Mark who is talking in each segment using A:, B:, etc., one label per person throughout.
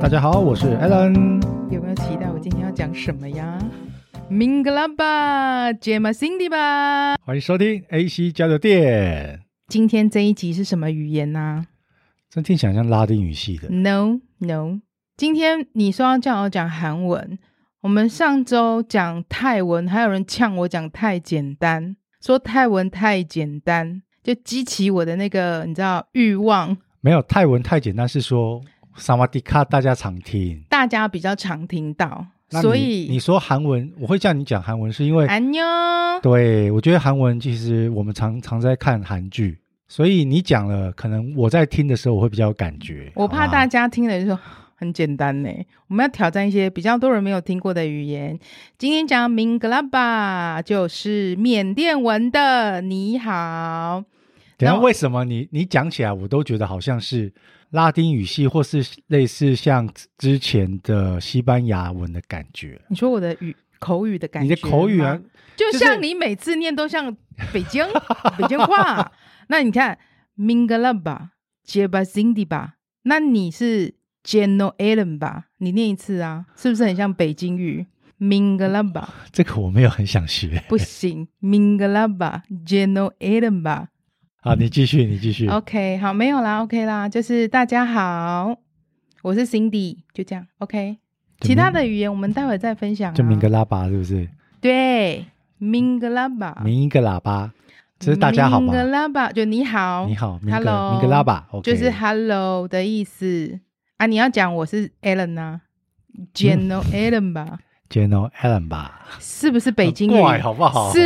A: 大家好，我是 Alan。
B: 有没有期待我今天要讲什么呀 m i n g l a b a j a m a Cindy 吧。
A: 欢迎收听 AC 交流店。
B: 今天这一集是什么语言呢、
A: 真听起来像拉丁语系的，
B: n o No。今天你说要叫我讲韩文，我们上周讲泰文，还有人呛我讲太简单，说泰文太简单，就激起我的那个你知道欲望。
A: 没有泰文太简单，是说萨瓦迪卡，大家常听。
B: 大家比较常听到，
A: 那
B: 所
A: 你你
B: 以哎
A: 说韩文，我会叫你讲韩文，是因为
B: 安妞
A: 对我觉得韩文其实我们常常在看韩剧，所以你讲了，可能我在听的时候我会比较有感觉。啊
B: 我怕大
A: 家
B: 家听了就说很简单呢。我们要挑战一些比较多人没有听过的语言。今天讲明格拉巴就是缅甸文的你好，
A: 等一
B: 那
A: 下
B: 我
A: 为什么你你讲起来，我都觉得好像是拉丁语系，或是类似像之前的西班牙文的感觉。
B: 你说我的语口语的感
A: 你
B: 觉，
A: 的口语啊，，
B: 就
A: 就是
B: 像你每次念都像北京北京 话。那你看明格拉巴结巴 Cindy 吧，那你是 General Allen 吧？你念一次啊，是不是很像北京语？明格拉巴。
A: 这个我没有很想学
B: 不行 m i n g l a b a g e n o a d e n 吧。
A: 啊。你继续，你继续。
B: OK，好，没有啦，OK 啦，就是大家好，我是 Cindy，就这样，OK。
A: 就
B: 其他
A: 明
B: 的语言我们待会再分享、啊。
A: 就明个拉巴是不是？
B: 对 m i n g l a b a
A: 明一个喇叭，这是大家好
B: m
A: 吗
B: i n？g l a b a 就你好，
A: 你好，明个
B: Hello
A: 明个拉巴，OK，
B: 就是 Hello 的意思啊。你要讲我是 Alan 啊
A: 嗯
B: g e n o a d e n 吧，
A: General Allen 吧？
B: 是不 是北京语？
A: 很怪好不好？
B: 是，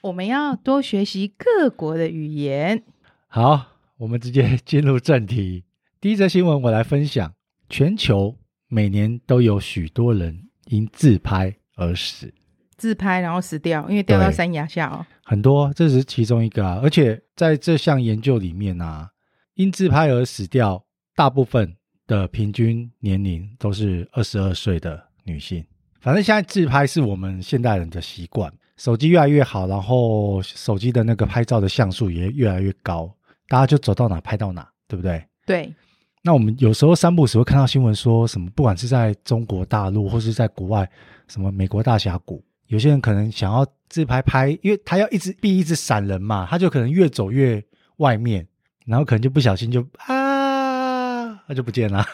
B: 我们要多学习各国的语言。
A: 好，我们直接 进入正题。第一则新闻，我来分享：全球每年都有许多人因自拍而死，
B: 自拍然后死掉，因为掉到
A: 对
B: 山崖下哦。
A: 很多，这只是其中一个啊。而且在这项研究里面啊，因自拍而死掉，大部分的平均年龄都是二十二岁的女性。反正现在自拍是我们现代人的习惯，手机越来越好，然后手机的那个拍照的像素也越来越高，大家就走到哪拍到哪，对不对？
B: 对，
A: 那我们有时候三不五时会看到新闻说什么，不管是在中国大陆或是在国外，什么美国大峡谷，有些人可能想要自拍拍，因为他要一直避一直闪人嘛，他就可能越走越外面，然后可能就不小心就啊，他就不见了。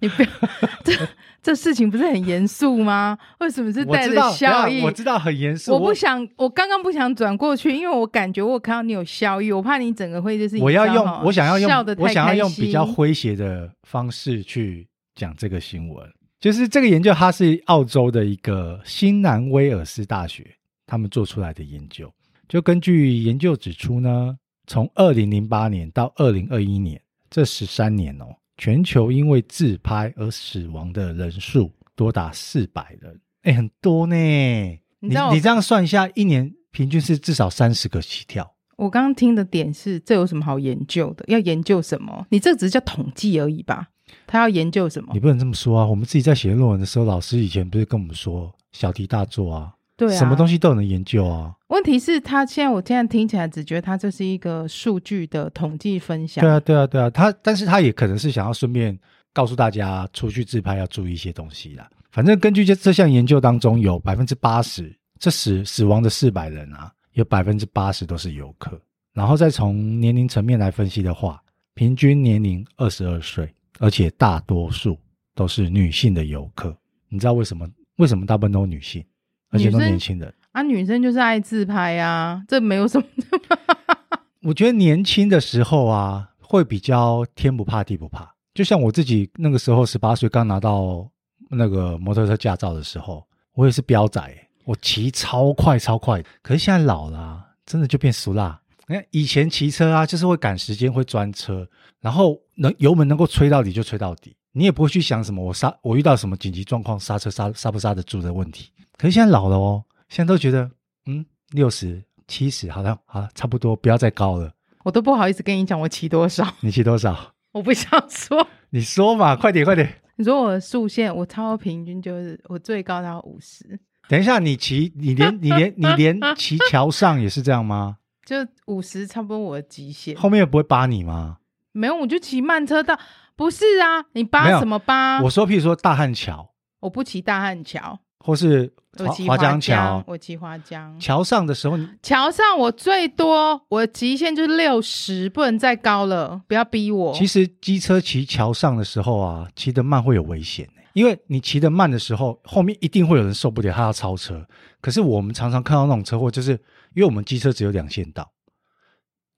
B: 你不要这这事情不是很严肃吗？为什么是
A: 我
B: 带
A: 知
B: 着
A: 道，
B: 笑
A: 等一
B: 意？
A: 下我知道很严肃，
B: 我不想，我刚刚不想转过去，因为我感觉我看到你有笑意，我怕你整个会就是
A: 我要用，我想要
B: 笑的
A: 用，我想要用比较
B: 会
A: 诙谐的方式去讲这个新闻。就是这个研究，它是澳洲的一个新南威尔斯大学他们做出来的研究。就根据研究指出呢，从二零零八年到二零二一年这十三年哦，全球因为自拍而死亡的人数多达四百人，哎，很多呢。你
B: 你知道我
A: 你这样算一下，一年平均是至少三十个起跳。
B: 我刚刚听的点是，这有什么好研究的？要研究什么？你这只是叫统计而已吧？他要研究什么
A: 你？不能这么说啊！我们自己在写论文的时候，老师以前不是跟我们说小题大做啊，
B: 对啊，
A: 什么东西都有人研究啊。
B: 问题是他现在我现在听起来只觉得他这是一个数据的统计分享
A: 对。啊，对啊，对啊。他但是他也可能是想要顺便告诉大家，出去自拍要注意一些东西啦。反正根据这这项研究当中，有百分之八十这死死亡的四百人啊，有百分之八十都是游客。然后再从年龄层面来分析的话，平均年龄二十二岁，而且大多数都是女性的游客。你知道为什么？为什么大部分都是女性，而且都
B: 女生
A: 年轻人？
B: 啊，女生就是爱自拍啊，这没有什么。
A: 我觉得年轻的时候啊，会比较天不怕地不怕。就像我自己那个时候，十八岁刚拿到那个摩托车驾照的时候，我也是飙仔欸、我骑超快超快。可是现在老了啊、真的就变俗啦。你看以前骑车啊，就是会赶时间，会钻车，然后能油门能够吹到底就吹到底，你也不会去想什么我刹我遇到什么紧急状况刹车刹刹不刹得住的问题。可是现在老了哦，现在都觉得嗯六十七十好像好了差不多，不要再高了。
B: 我都不好意思跟你讲我骑多少，
A: 你骑多少？
B: 我不想说。
A: 你说嘛，快点快点！
B: 你说我的速限，我超平均就是我最高到五十，
A: 等一下，你骑你连你连你连骑桥上也是这样吗？
B: 就五十差不多我的极限。
A: 后面不会扒你吗？
B: 没有，我就骑慢车道。不是啊，
A: 没
B: 你
A: 有
B: 扒什么扒？
A: 我
B: 我
A: 说，譬如说大汉桥，
B: 不骑大汉桥，
A: 或是
B: 我
A: 华
B: 骑
A: 华江
B: 江
A: 桥，，
B: 我骑华江。
A: 桥上的时候，你
B: 桥上我最多我极限就是六十，不能再高了，不要逼我。
A: 其实机车骑桥上的时候啊，骑得慢会有危险、欸、因为你骑得慢的时候，后面一定会有人受不了，他要超车。可是我们常常看到那种车祸，就是因为我们机车只有两线道，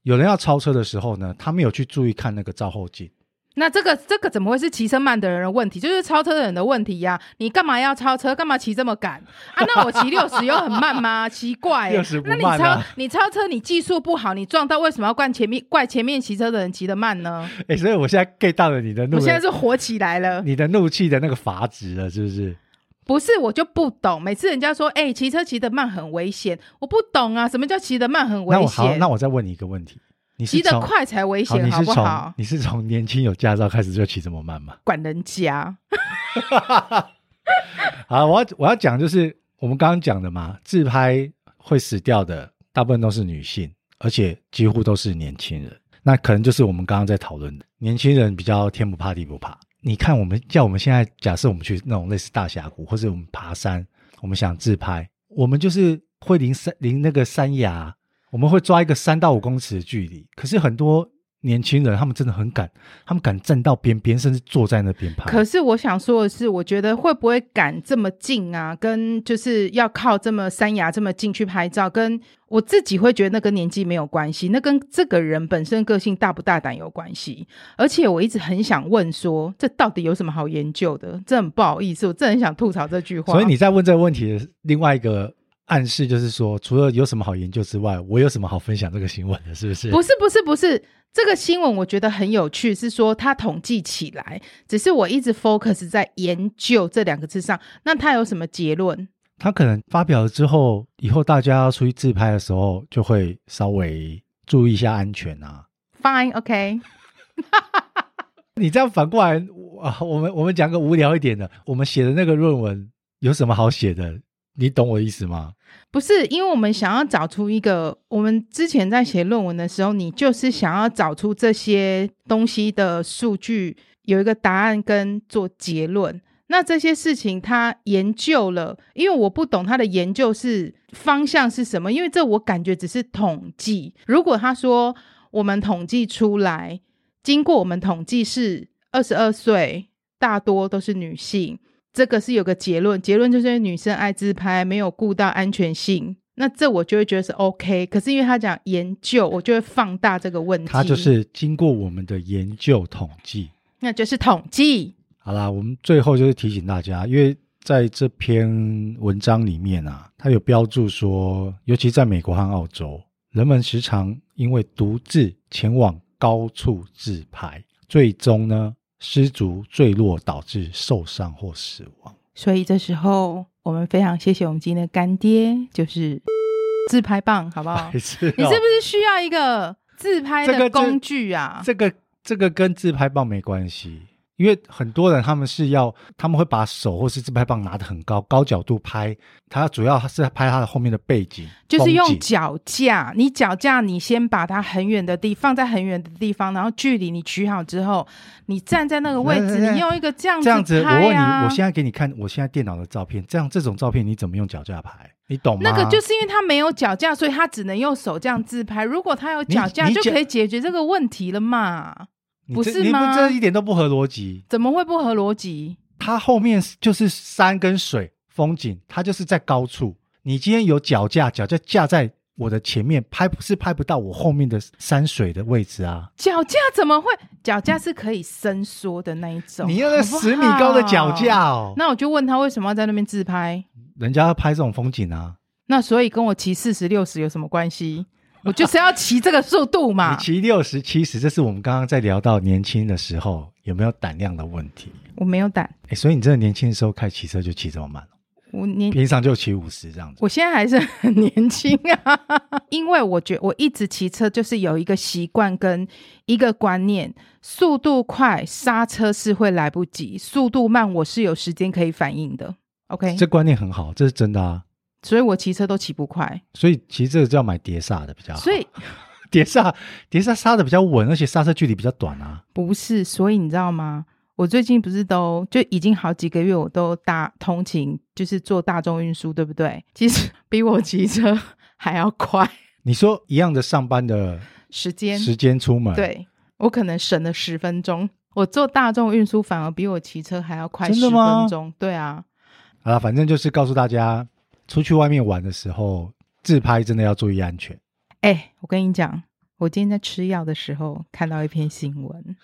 A: 有人要超车的时候呢，他没有去注意看那个照后镜。
B: 那这个这个怎么会是骑车慢的人的问题？就是超车的人的问题呀、你干嘛要超车？干嘛骑这么赶啊？那我骑六十又很慢 吗？奇怪、
A: 60不
B: 那你
A: 慢啊
B: 超你超车，你技术不好，你撞到为什么要怪前面怪前面骑车的人骑得慢呢？
A: 哎、所以我现在 get 到了你的怒，
B: 我现在是火起来了。
A: 你的怒气的那个阀值了，是不是？
B: 不是，我就不懂。每次人家说，哎、骑车骑得慢很危险，我不懂啊，什么叫骑得慢很危
A: 那我好，
B: 险？
A: 那我再问你一个问题：你是
B: 骑得
A: 从
B: 快才危
A: 好，
B: 险，
A: 你
B: 好
A: 是
B: 不
A: 从
B: 好？
A: 你是从年轻有驾照开始就骑这么慢吗？
B: 管人家，
A: 好，我要我要讲就是我们刚刚讲的嘛，自拍会死掉的大部分都是女性，而且几乎都是年轻人。那可能就是我们刚刚在讨论的，年轻人比较天不怕地不怕。你看，我们叫我们现在假设我们去那种类似大峡谷，或者我们爬山，我们想自拍，我们就是会离山离那个山崖，我们会抓一个三到五公尺的距离。可是很多年轻人他们真的很敢，他们敢站到边边，甚至坐在那边拍。
B: 可是我想说的是，我觉得会不会赶这么近啊，跟就是要靠这么山崖这么近去拍照，跟我自己会觉得那跟年纪没有关系，那跟这个人本身个性大不大胆有关系。而且我一直很想问说，这到底有什么好研究的？这很不好意思，我真的很想吐槽这句话。
A: 所以你在问这个问题的另外一个暗示就是说，除了有什么好研究之外，我有什么好分享这个新闻的，是不是？
B: 不是不是不是，这个新闻我觉得很有趣，是说它统计起来，只是我一直 focus 在研究这两个字上。那它有什么结论？
A: 他可能发表了之后，以后大家要出去自拍的时候，就会稍微注意一下安全啊。
B: Fine，OK，、
A: 你这样反过来啊，我们我们讲个无聊一点的，我们写的那个论文有什么好写的？你懂我意思吗？
B: 不是因为我们想要找出一个，我们之前在写论文的时候，你就是想要找出这些东西的数据有一个答案跟做结论。那这些事情他研究了，因为我不懂他的研究是方向是什么，因为这我感觉只是统计。如果他说我们统计出来，经过我们统计是二十二岁，大多都是女性，这个是有个结论，结论就是女生爱自拍，没有顾到安全性。那这我就会觉得是 OK，可是因为他讲研究，我就会放大这个问题。
A: 它就是经过我们的研究统计，
B: 那就是统计，
A: 好啦，我们最后就是提醒大家，因为在这篇文章里面啊，它有标注说，尤其在美国和澳洲，人们时常因为独自前往高处自拍，最终呢失足坠落，导致受伤或死亡。
B: 所以这时候我们非常谢谢我们今天的干爹，就是自拍棒，好不好
A: 白？痴哦
B: 啊你是不是需要一个自拍
A: 这个
B: 的
A: 就
B: 工具啊？
A: 这个这个跟自拍棒没关系，因为很多人他们是要他们会把手或是自拍棒拿得很高，高角度拍，他主要是拍他的后面的背景，
B: 就是
A: 风
B: 用
A: 景
B: 脚架，你脚架，你先把它很远的地放在很远的地方，然后距离你取好之后，你站在那个位
A: 来来
B: 置，
A: 来
B: 你用一个这样
A: 这样子，
B: 子
A: 我
B: 拍
A: 问
B: 啊。
A: 你，我现在给你看我现在电脑的照片，这样这种照片你怎么用脚架拍？你懂吗？
B: 那个就是因为他没有脚架，所以他只能用手这样自拍。如果他有脚架，
A: 你
B: 就
A: 脚
B: 可以解决这个问题了嘛？
A: 你
B: 不
A: 这
B: 是
A: 你不
B: 吗
A: 这一点都不合逻辑。
B: 怎么会不合逻辑？
A: 它后面就是山跟水风景，它就是在高处。你今天有脚架，脚架架在我的前面，拍不是拍不到我后面的山水的位置啊。
B: 脚架怎么会？脚架是可以伸缩的那一种，
A: 你要那
B: 好不好
A: 十米高的脚架。哦，
B: 那我就问他为什么要在那边自拍？
A: 人家要拍这种风景啊。
B: 那所以跟我骑四十六十有什么关系？ 我就是要骑这个速度嘛
A: 你。骑六十七十，这是我们刚刚在聊到年轻的时候有没有胆量的问题。
B: 我没有胆，
A: 哎，所以你真的年轻的时候开始骑车就骑这么慢了。
B: 我年
A: 平常就骑五十这样子。
B: 我现在还是很年轻啊， 因为我觉我一直骑车就是有一个习惯跟一个观念，速度快刹车是会来不及，速度慢我是有时间可以反应的。OK，
A: 这观念很好，这是真的啊。
B: 所以我骑车都骑不快，
A: 啊所以其实这个叫买碟刹的比较好。
B: 所以
A: 碟刹碟刹刹的比较稳，而且刹车距离比较短啊。
B: 不是，所以你知道吗？我最近不是都就已经好几个月，我都搭通勤，就是坐大众运输，对不对？其 实比我骑车 还要快，
A: 你说一样的上班的
B: 时间
A: 时间出门，，
B: 对我可能省了十分钟。我坐大众运输反而比我骑车还要快
A: 真
B: 十
A: 的吗
B: 分钟，对啊，
A: 好了，反正就是告诉大家，出去外面玩的时候，自拍真的要注意安全。
B: 哎、我跟你讲，我今天在吃药的时候看到一篇新闻，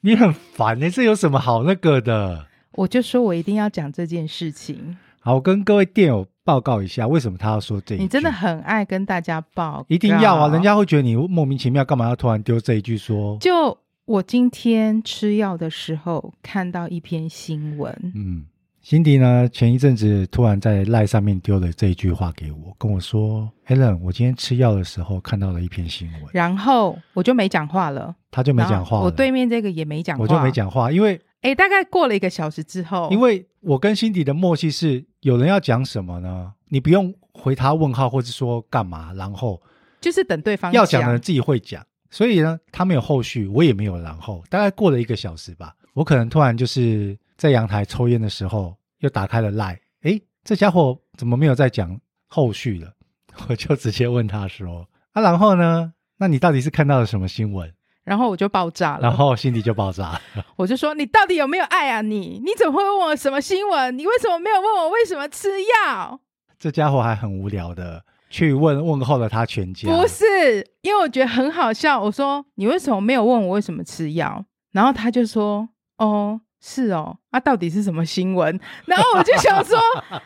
A: 你很烦呢、欸这有什么好那个的？
B: 我就说我一定要讲这件事情。
A: 好，我跟各位店友报告一下，为什么他要说这一句？
B: 你真的很爱跟大家报，
A: 一定要啊！人。家会觉得你莫名其妙，干嘛要突然丢这一句说？
B: 就我今天吃药的时候看到一篇新闻，
A: 嗯，辛迪呢，前一阵子突然在赖上面丢了这一句话给我，跟我说 a l a n 我今天吃药的时候看到了一篇新闻，
B: 然后我就没讲话了，
A: 他就没
B: 然后
A: 讲话了
B: 我对面这个也没讲话，哦
A: 我就没。讲话，因为
B: 哎，大概过了一个小时之后，
A: 因为我跟辛迪的默契是，有人要讲什么呢？你不用回他问号，或是说干嘛，然后
B: 就是等对方
A: 要讲的人自己会讲。所以呢，他没有后续，我也没有然后。大概过了一个小时吧，我可能突然就是在阳台抽烟的时候，又打开了赖，诶，这家伙怎么没有再讲后续了？ 我就直接问他说：“啊，然后呢？那你到底是看到了什么新 闻
B: 然后我就爆炸？”
A: 然
B: 了，
A: 后辛迪就爆炸 了。
B: 我就说你到底有没有爱啊你？你怎么会问我什么新闻？你为什么没有问我为什么吃药？
A: 这家伙还很无聊的去问问候了他全家，
B: 不是，因为我觉得很好笑。我说你为什么没有问我为什么吃药？然后他就说哦，是哦，啊，到底是什么新闻？ 然后我就想说，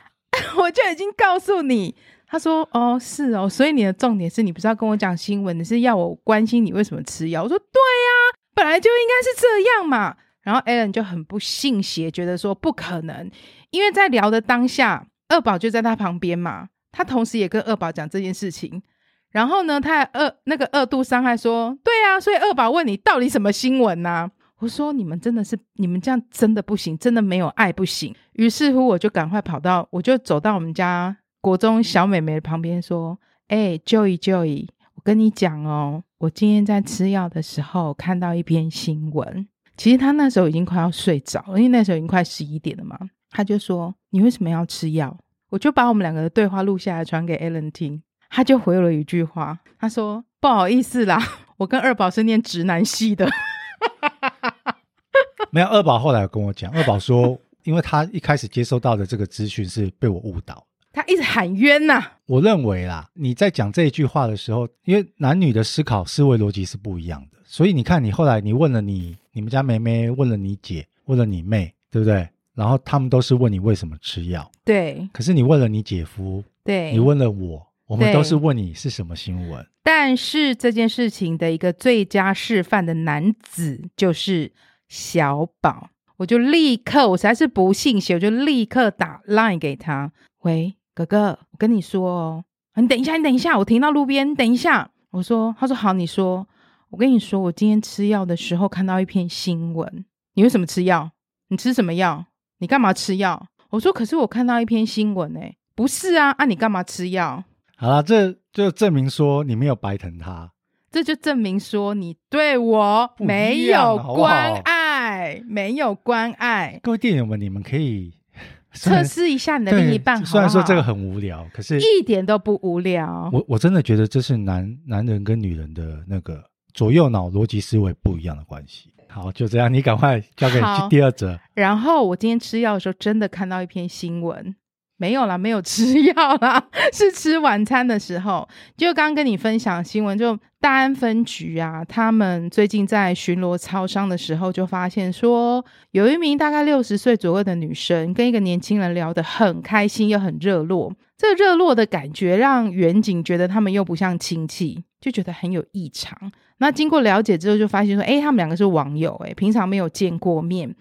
B: 我就已经告诉你。他说：“哦，是哦，所以你的重点是你不是要跟我讲新闻，你是要我关心你为什么吃药？”我说：“对呀、本来就应该是这样嘛。”然后 Alan 就很不信邪，觉得说不可能，因为在聊的当下，二宝就在他旁边嘛，他同时也跟二宝讲这件事情。然后呢，他还二那个二度伤害说，对啊，所以二宝问你到底什么新闻呐、我说你们真的是，你们这样真的不行，真的没有爱不行。于是乎，我就赶快跑到，我就走到我们家国中小美眉的旁边说：“哎、j o y Joey，我跟你讲哦，我今天在吃药的时候看到一篇新闻。其实她那时候已经快要睡着了，因为那时候已经快十一点了嘛。她就说：你为什么要吃药？我就把我们两个的对话录下来传给 Alan 听，他就回了一句话，他说：“不好意思啦， 我跟二宝是念直男系的。
A: 没有，二宝后来有跟我讲，二宝说，因为他一开始接收到的这个资讯是被我误导。”
B: 他一直喊冤呐、
A: 我认为啦，你在讲这一句话的时候，因为男女的思考思维逻辑是不一样的，所以你看，你后来你问了你你们家妹妹，问了你姐，问了你妹，对不对？然后他们都是问你为什么吃药，
B: 对
A: 可是你问了你姐夫，
B: 对，
A: 你问了我，我们
B: 对
A: 都是问你是什么新闻。
B: 但是这件事情的一个最佳示范的男子就是小宝，我就立刻，我实在是不信邪，我就立刻打 line 给他，喂，哥哥，我跟你说哦，你等一下，你等一下，我停到路边，你等一下。我说，他说好，你说，我跟你说，我今天吃药的时候看到一篇新闻，你为什么吃药？你吃什么药？你干嘛吃药？我说，可是我看到一篇新闻诶、不是啊，啊，你干嘛吃药？
A: 好啦，这就证明说你没有白疼他。
B: 这就证明说你对我
A: 不一样
B: 没有
A: 好不好
B: 关爱，没有关爱。
A: 各位店友们，你们可以 虽
B: 测
A: 然
B: 试一下你的
A: 对
B: 另一半好不好，
A: 虽然说这个很无聊，可是
B: 一点都不无聊。
A: 我我真的觉得这是男男人跟女人的那个左右脑逻辑思维不一样的关系。好，就这样，你赶快交给
B: 好
A: 去第二则。
B: 然后我今天吃药的时候，真的看到一篇新闻，没有啦，没有吃药啦， 是吃晚餐的时候，就刚刚跟你分享新闻，就大安分局啊，他们最近在巡逻超商的时候，就发现说，有一名大概六十岁左右的女生跟一个年轻人聊得很开心又很热络，这个热络的感觉让远景觉得他们又不像亲戚，就觉得很有异常。那经过了解之后，就发现说，诶，他们两个是网友、诶，平常没有见过面。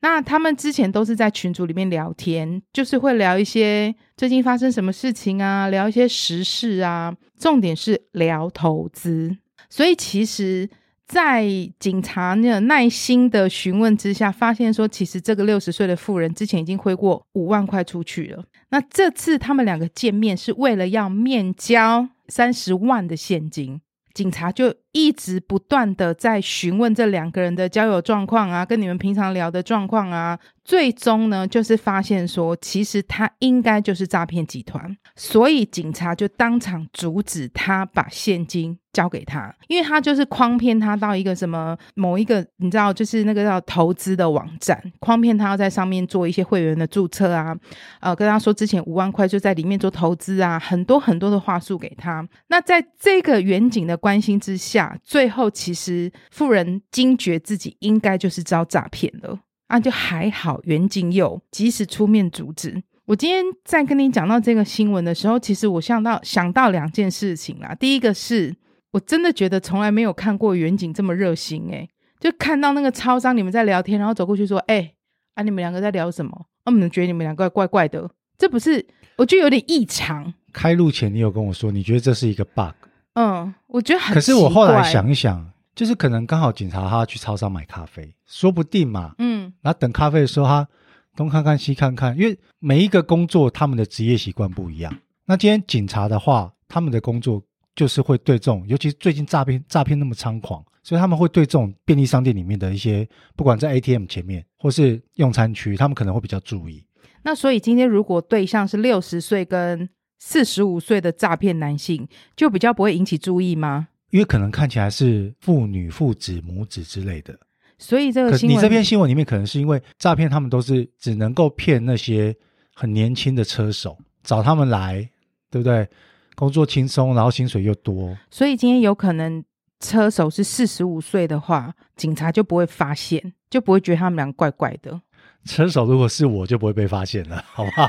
B: 那他们之前都是在群组里面聊天，就是会聊一些最近发生什么事情啊，聊一些时事啊，重点是聊投资。所以其实，在警察的耐心的询问之下，发现说，其实这个六十岁的妇人之前已经汇过五万块出去了。那这次他们两个见面是为了要面交三十万的现金。警察就一直不断的在询问这两个人的交友状况啊，跟你们平常聊的状况啊，最终呢，就是发现说，其实他应该就是诈骗集团，所以警察就当场阻止他把现金交给他，因为他就是诓骗他到一个什么某一个，你知道，就是那个叫投资的网站，诓骗他要在上面做一些会员的注册啊，呃，跟他说之前五万块就在里面做投资啊，很多很多的话术给他。那在这个远景的关心之下，最后其实富人惊觉自己应该就是遭诈骗了啊，就还好远景有及时出面阻止。我今天在跟你讲到这个新闻的时候，其实我想到想到两件事情啦。第一个是我真的觉得从来没有看过远景这么热心诶、就看到那个超商你们在聊天，然后走过去说：“哎、啊，你们两个在聊什么？啊，我们觉得你们两个怪怪的，这不是？我觉得有点异常。
A: 开录前你有跟我说，你觉得这是一个 bug，
B: 嗯，我觉得很。
A: 可是我后来，想一想，就是可能刚好警察他去超商买咖啡，说不定嘛。
B: 嗯，
A: 然后等咖啡的时候，他东看看西看看，因为每一个工作他们的职业习惯不一样。那今天警察的话，他们的工作就是会对这种，尤其是最近诈骗诈骗那么猖狂，所以他们会对这种便利商店里面的一些，不管在 ATM 前面或是用餐区，他们可能会比较注意。
B: 那所以今天如果对象是六十岁跟四十五岁的诈骗男性，就比较不会引起注意吗？
A: 因为可能看起来是父女、父子、母子之类的，
B: 所以这
A: 可
B: 个
A: 是
B: 新闻，
A: 你这篇新闻里面，可能是因为诈骗，他们都是只能够骗那些很年轻的车手，找他们来，对不对？工作轻松，然后薪水又多，
B: 所以今天有可能车手是四十五岁的话，警察就不会发现，就不会觉得他们俩怪怪的，
A: 车手如果是我就不会被发现了，好不 好？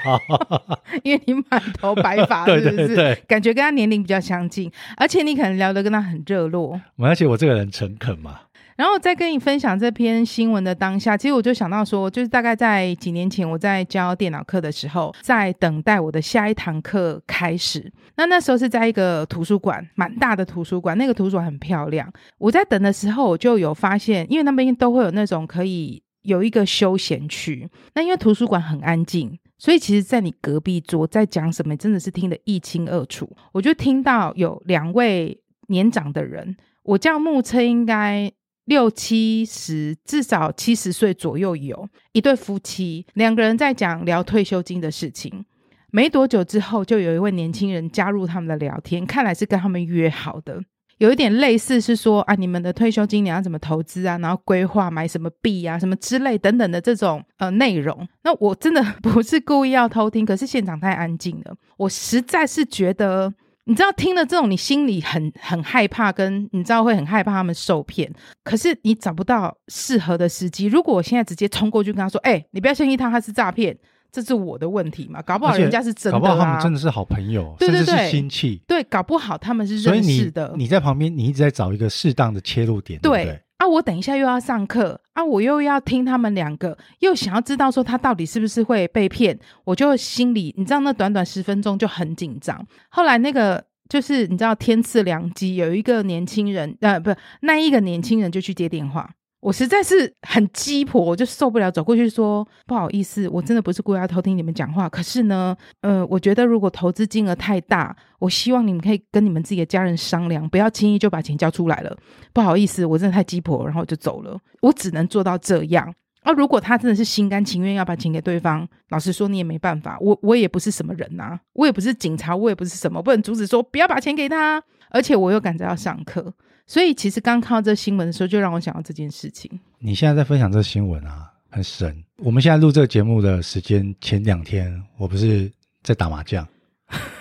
B: 因为你满头白 发，
A: 对
B: 啊是不
A: 对
B: 是？
A: 对，
B: 感觉跟他年龄比较相近，而且你可能聊得跟他很热络。
A: 而且我这个人诚恳嘛，
B: 然后在跟你分享这篇新闻的当下，其实我就想到说，就是大概在几年前我在教电脑课的时候，在等待我的下一堂课开始。那那时候是在一个图书馆，蛮大的图书馆，那个图书馆很漂亮。我在等的时候，我就有发现，因为那边都会有那种可以有一个休闲区，那因为图书馆很安静。所以其实，在你隔壁桌在讲什么，真的是听得一清二楚。我就听到有两位年长的人，我这样目测应该六七十，至少七十岁左右有一对夫妻，两个人在讲聊退休金的事情。没多久之后，就有一位年轻人加入他们的聊天，看来是跟他们约好的。有一点类似是说啊，你们的退休金你要怎么投资啊，然后规划买什么币啊，什么之类等等的这种呃内容。那我真的不是故意要偷听，可是现场太安静了，我实在是觉得，你知道听了这种，你心里很很害怕，跟你知道会很害怕他们受骗，可是你找不到适合的时机。如果我现在直接冲过去跟他说，哎、你不要相信他，他是诈骗，这是我的问题嘛？搞不好
A: 而且
B: 人家是真的、啊，
A: 搞不好他们真的是好朋友，
B: 对对
A: 甚至
B: 对
A: 是亲戚。
B: 对，搞不好他们是
A: 所以
B: 认识
A: 你
B: 的。
A: 你在旁边，你一直在找一个适当的切入点，对
B: 对
A: 不对？
B: 啊，我等一下又要上课啊，我又要听他们两个，又想要知道说他到底是不是会被骗，我就心里你知道那短短十分钟就很紧张。后来那个就是你知道天赐良机，有一个年轻人呃不，那一个年轻人就去接电话。我实在是很鸡婆，我就受不了，走过去说：“不好意思，我真的不是故意要偷听你们讲话。可是呢，呃，我觉得如果投资金额太大，我希望你们可以跟你们自己的家人商量，不要轻易就把钱交出来了。不好意思，我真的太鸡婆，然后我就走了。我只能做到这样。啊，如果他真的是心甘情愿要把钱给对方，老实说你也没办法。我我也不是什么人呐、啊我也不是警察，我也不是什么，不能阻止说不要把钱给他。而且我又赶着要上课，所以其实刚看到这新闻的时候，就让我想到这件事情。
A: 你现在在分享这新闻啊，很神。我们现在录这个节目的时间前两天，我不是在打麻将，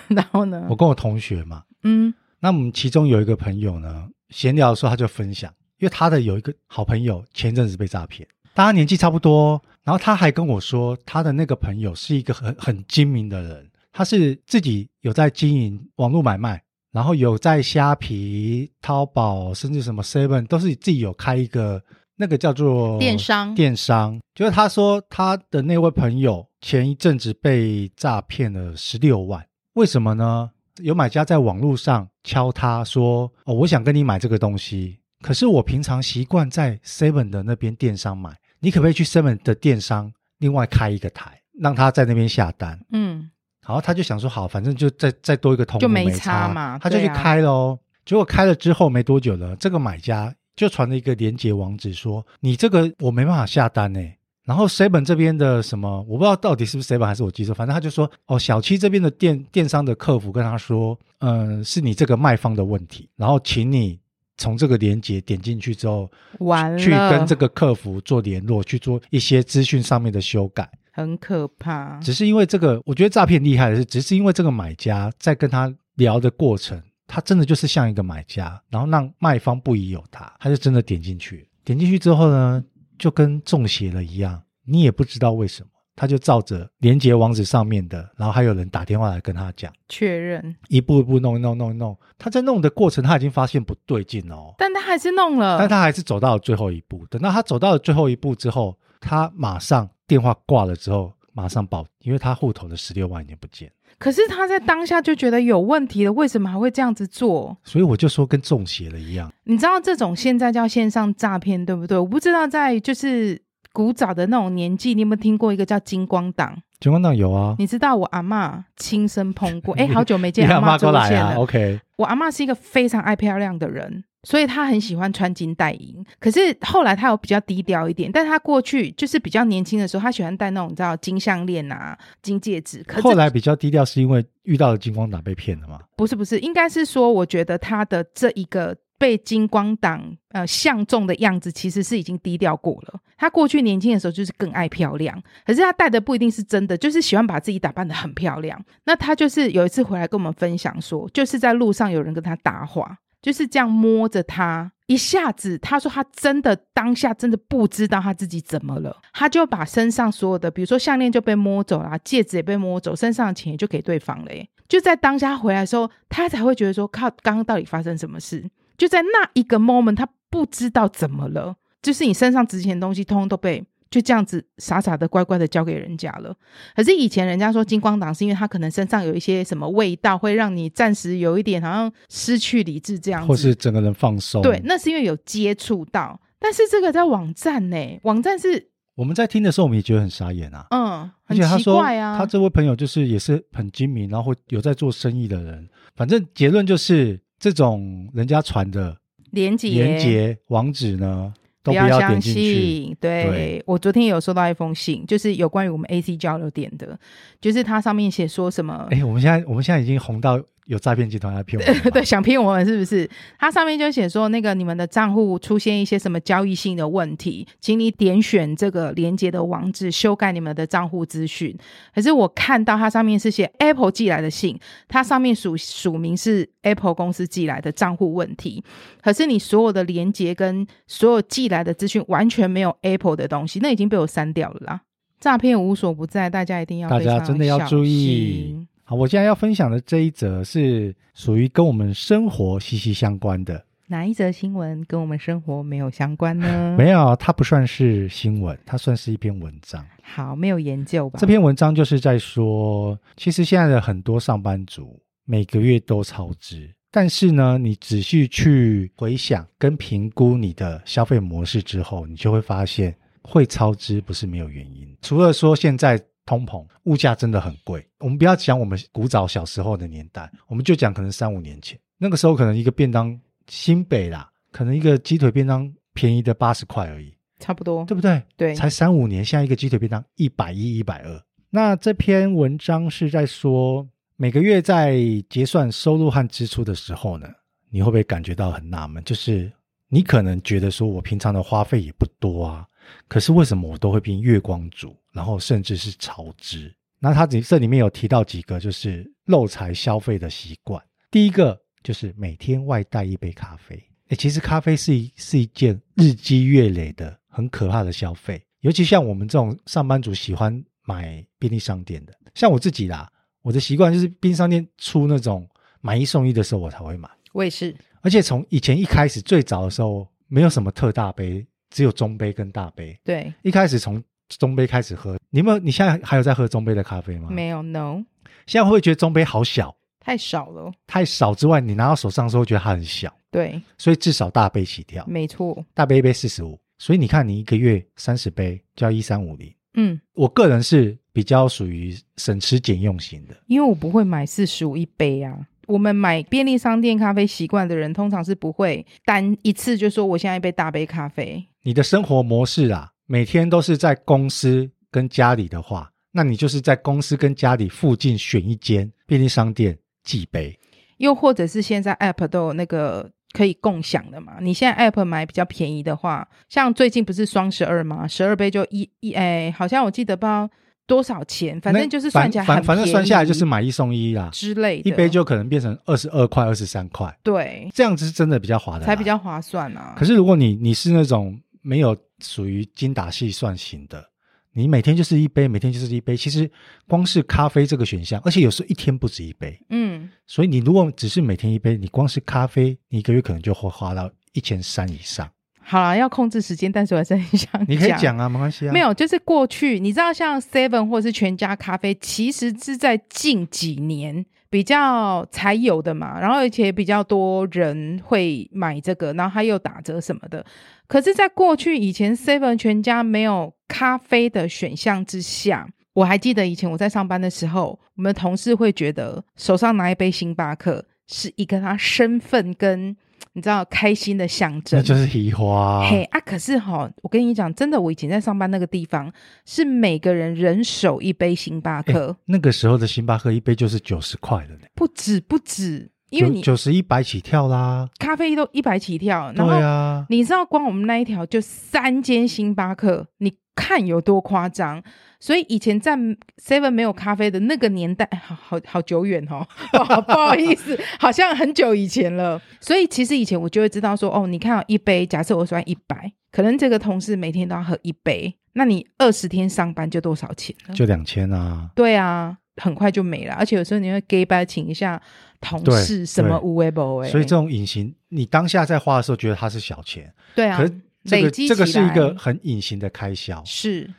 B: 然后呢
A: 我，跟我同学嘛，
B: 嗯
A: 那我们其中有一个朋友呢，闲聊的时候他就分享，因为他的有一个好朋友前阵子被诈骗，大家年纪差不多，然后他还跟我说，他的那个朋友是一个很很精明的人，他是自己有在经营网络买卖，然后有在虾皮、淘宝，甚至什么 Seven 都是自己有开一个那个叫做
B: 电商
A: 电商就是他说他的那位朋友前一阵子被诈骗了十六万，为什么呢？有买家在网络上敲他说：“哦，我想跟你买这个东西，可是我平常习惯在 Seven 的那边电商买，你可不可以去 Seven 的电商另外开一个台，让他在那边下单？”
B: 嗯，
A: 然后他就想说：“好，反正就再再多一个通路
B: 就没
A: 没
B: 差嘛
A: 他就
B: 对
A: 去
B: 啊
A: 开喽。结果开了之后没多久呢，这个买家就传了一个连接网址说：“你这个我没办法下单呢、然后 seven 这边的什么，我不知道到底是不是 seven 还是我记错，反正他就说：“哦，小七这边的电电商的客服跟他说，嗯，是你这个卖方的问题，然后请你从这个连接点进去之后，
B: 完了，
A: 去跟这个客服做联络，去做一些资讯上面的修改。”
B: 很可怕。
A: 只是因为这个，我觉得诈骗厉害的是，只是因为这个买家在跟他聊的过程，他真的就是像一个买家，然后让卖方不疑有他，他就真的点进去。点进去之后呢，就跟中邪了一样，你也不知道为什么，他就照着连接网址上面的，然后还有人打电话来跟他讲，
B: 确认，
A: 一步一步弄一弄弄一弄。他在弄的过程，他已经发现不对劲了哦，
B: 但他还是弄了。
A: 但他还是走到了最后一步。等到他走到了最后一步之后，他马上电话挂了之后，马上报，因为他户头的十六万已经不见了。
B: 可是他在当下就觉得有问题了，为什么还会这样子做？
A: 所以我就说跟中邪了一样。
B: 你知道这种现在叫线上诈骗，对不对？我不知道在就是古早的那种年纪，你有没有听过一个叫金光党？
A: 金光党有啊，
B: 你知道我阿嬷亲身 碰过，哎，
A: 你
B: 好久没
A: 你
B: 见阿嬷
A: 妈
B: 出
A: 过来
B: 现
A: 啊
B: 了。
A: ，OK，
B: 我阿嬷是一个非常爱漂亮的人，所以她很喜欢穿金戴银。可是后来她有比较低调一点，但她过去就是比较年轻的时候，她喜欢戴那种你知道金项链啊、金戒指。可是
A: 后来比较低调是因为遇到了金光党被骗了嘛。
B: 不是不是，应该是说，我觉得他的这一个被金光党呃相中的样子，其实是已经低调过了。他过去年轻的时候就是更爱漂亮，可是他戴的不一定是真的，就是喜欢把自己打扮的很漂亮。那他就是有一次回来跟我们分享说，就是在路上有人跟他搭话，就是这样摸着他。一下子，他说他真的当下真的不知道他自己怎么了，他就把身上所有的，比如说项链就被摸走啦，戒指也被摸走，身上的钱也就给对方了耶。就在当下回来的时候，他才会觉得说，靠，刚刚到底发生什么事？就在那一个 moment，他不知道怎么了，就是你身上值钱的东西，通通都被就这样子傻傻的、乖乖的交给人家了。可是以前人家说金光党是因为他可能身上有一些什么味道，会让你暂时有一点好像失去理智这样子，
A: 或是整个人放松。
B: 对，那是因为有接触到。但是这个在网站呢、网站是
A: 我们在听的时候，我们也觉得很傻眼啊。
B: 嗯
A: 而
B: 很
A: 且他
B: 奇
A: 说，
B: 怪啊，
A: 他这位朋友就是也是很精明，然后有在做生意的人。反正结论就是，这种人家传的
B: 连接
A: 连接网址呢，都
B: 不
A: 不要点
B: 相
A: 进去。
B: 信。对
A: 对
B: 我昨天有收到一封信，就是有关于我们 AC 交流点的，就是它上面写说什么。
A: 哎，我们现在我们现在已经红到有诈骗集团来骗我们了吧
B: 对，想骗我们是不是？它上面就写说，那个你们的账户出现一些什么交易性的问题，请你点选这个连接的网址修改你们的账户资讯。可是我看到它上面是写 Apple 寄来的信，它上面署署名是 Apple 公司寄来的账户问题，可是你所有的连接跟所有寄来的资讯完全没有 Apple 的东西，那已经被我删掉了啦。诈骗无所不在，大家一定要
A: 大
B: 非
A: 家
B: 常
A: 真的要
B: 小
A: 注意
B: 心。
A: 好，我现在要分享的这一则是属于跟我们生活息息相关的，
B: 哪一则新闻跟我们生活没有相关 呢？
A: 没有，它不算是新闻，它算是一篇文章。
B: 好，没有研究吧？
A: 这篇文章就是在说，其实现在的很多上班族每个月都超支，但是呢，你仔细去回想跟评估你的消费模式之后，你就会发现会超支不是没有原因。除了说现在通膨、物价真的很贵，我们不要讲我们古早小时候的年代，我们就讲可能三五年前，那个时候可能一个便当新北啦，可能一个鸡腿便当便宜的八十块而已，
B: 差不多，
A: 对不对？
B: 对，
A: 才三五年，现在一个鸡腿便当一百一、一百二。那这篇文章是在说，每个月在结算收入和支出的时候呢，你会不会感觉到很纳闷？就是你可能觉得说，我平常的花费也不多啊，可是为什么我都会变月光族，然后甚至是超支？那他这这里面有提到几个就是漏财消费的习惯，第一个就是每天外带一杯咖啡。诶，其实咖啡是一是一件日积月累的很可怕的消费，尤其像我们这种上班族喜欢买便利商店的，像我自己啦，我的习惯就是便利商店出那种买一送一的时候我才会买。
B: 我也是，
A: 而且从以前一开始最早的时候，没有什么特大杯，只有中杯跟大杯。
B: 对，
A: 一开始从中杯开始喝，你有没有？你现在还有在喝中杯的咖啡吗？。
B: 没有，no，
A: 现在会不会觉得中杯好小，
B: 太少了，
A: 太少之外，你拿到手上的时候觉得它很小，
B: 对，
A: 所以至少大杯起跳，
B: 没错，
A: 大杯一杯四十五。所以你看，你一个月三十杯，就要一三五零。
B: 嗯，
A: 我个人是比较属于省吃俭用型的，
B: 因为我不会买四十五一杯啊，我们买便利商店咖啡习惯的人，通常是不会单一次就说我现在一杯大杯咖啡。
A: 你的生活模式啊，每天都是在公司跟家里的话，那你就是在公司跟家里附近选一间便利商店寄杯。
B: 又或者是现在 App 都有那个可以共享的嘛？你现在 App 买比较便宜的话，像最近不是双十二嘛，十二杯就一一哎，好像我记得不知道多少钱，反
A: 那
B: 正就是算起来很
A: 反反正算下来就是
B: 便
A: 买一送一啦
B: 宜，之类的，
A: 一杯就可能变成二十二块、二十三块，
B: 对，
A: 这样子是真的比较划得来
B: 才比较划算啊。
A: 可是如果你你是那种没有属于精打细算型的，你每天就是一杯，每天就是一杯，其实光是咖啡这个选项，而且有时候一天不止一杯，
B: 嗯，
A: 所以你如果只是每天一杯，你光是咖啡，你一个月可能就会花到一千三以上。
B: 好啦，要控制时间，但是我还是很想
A: 你可以讲啊，没关系啊。
B: 没，有，就是过去你知道，像 Seven 或是全家咖啡，其实是在近几年比较才有的嘛，然后而且比较多人会买这个，然后它又打折什么的。可是，在过去以前 Seven 全家没有咖啡的选项之下，我还记得以前我在上班的时候，我们的同事会觉得手上拿一杯星巴克是一个他身份跟你知道开心的象征
A: 那，就是提花、
B: 嘿啊，可是哈，我跟你讲，真的，我以前在上班那个地方，是每个人人手一杯星巴克，
A: 那个时候的星巴克一杯就是九十块了呢，
B: 不止不止，因为你
A: 九十一百起跳啦。
B: 咖啡都一百起跳，
A: 对
B: 然后、
A: 啊，
B: 你知道光我们那一条就三间星巴克，你看有多夸张？所以以前在 Seven 没有咖啡的那个年代，好好好久远哦， 不好不好 意思，好像很久以前了。所以其实以前我就会知道说，哦，你看哦一杯，假设我算一百，可能这个同事每天都要喝一杯，那你二十天上班就多少钱了？
A: 就两千啊。
B: 对啊，很快就没了。而且有时候你会 gay back 请一下同
A: 对
B: 事什
A: 对
B: 么无微不微，
A: 所以这种隐形，你当下在花的时候觉得它是小钱，
B: 对啊
A: 可是，这
B: 累
A: 个
B: 积
A: 这个
B: 起
A: 是一个
B: 来
A: 很隐形的开销。
B: 是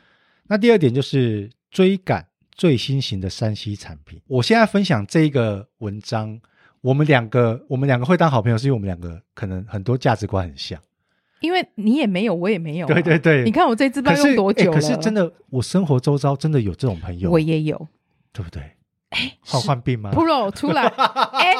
A: 那第二点就是追赶最新型的山西产品。我现在分享这一个文章，我们两个我们两个会当好朋友，是因为我们两个可能很多价值观很像。
B: 因为你也没有，我也没有、啊。
A: 对对对，
B: 你看我这支
A: 可
B: 棒
A: 是
B: 用多久了？
A: 哎可是真的，我生活周遭真的有这啊种朋友
B: 我，也哎有。
A: 对不对？患患病吗？
B: Pro 出来，哎、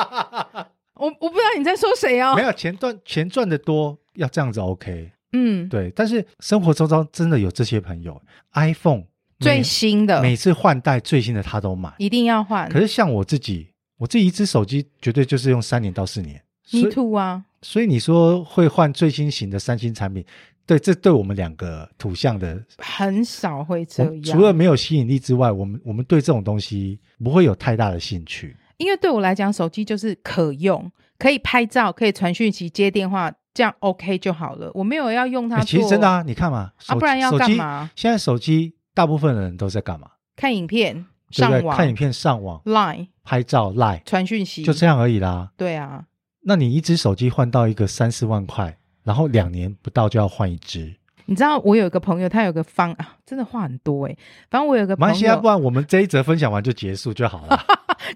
B: 我我不知道你在说谁哦
A: 没。有钱赚钱赚的多，要这样子 OK。
B: 嗯，
A: 对，但是生活周遭真的有这些朋友，iPhone
B: 最
A: 每
B: 新的
A: 每次换代最新的他都买。
B: 一定要换。
A: 可是像我自己，我自己一只手机绝对就是用三年到四年，所
B: Me
A: 以
B: too 啊，
A: 所以你说会换最新型的三星产品，对，这对我们两个土象的，
B: 很少会这
A: 我
B: 样。
A: 哦除了没有吸引力之外，我们我们对这种东西不会有太大的兴趣。
B: 因为对我来讲，手机就是可用，可以拍照，可以传讯息、接电话，这样 OK 就好了。我没有要用它
A: 诶
B: 做。
A: 其实真的啊，你看嘛，手
B: 啊不然要
A: 手机
B: 干嘛
A: 现在手机大部分人都在干嘛？
B: 看影片、
A: 对
B: 上
A: 不对？
B: 网、
A: 看影片、上网、
B: Line、
A: 拍照、赖，
B: 传讯息，
A: 就这样而已啦。
B: 对啊，
A: 那你一只手机换到一个三四万块，然后两年不到就要换一只，
B: 你知道我有一个朋友，他有个方啊，真的话很多哎、反正我有个
A: 马
B: 朋
A: 来西亚，
B: 友
A: 不，然我们这一则分享完就结束就 好了。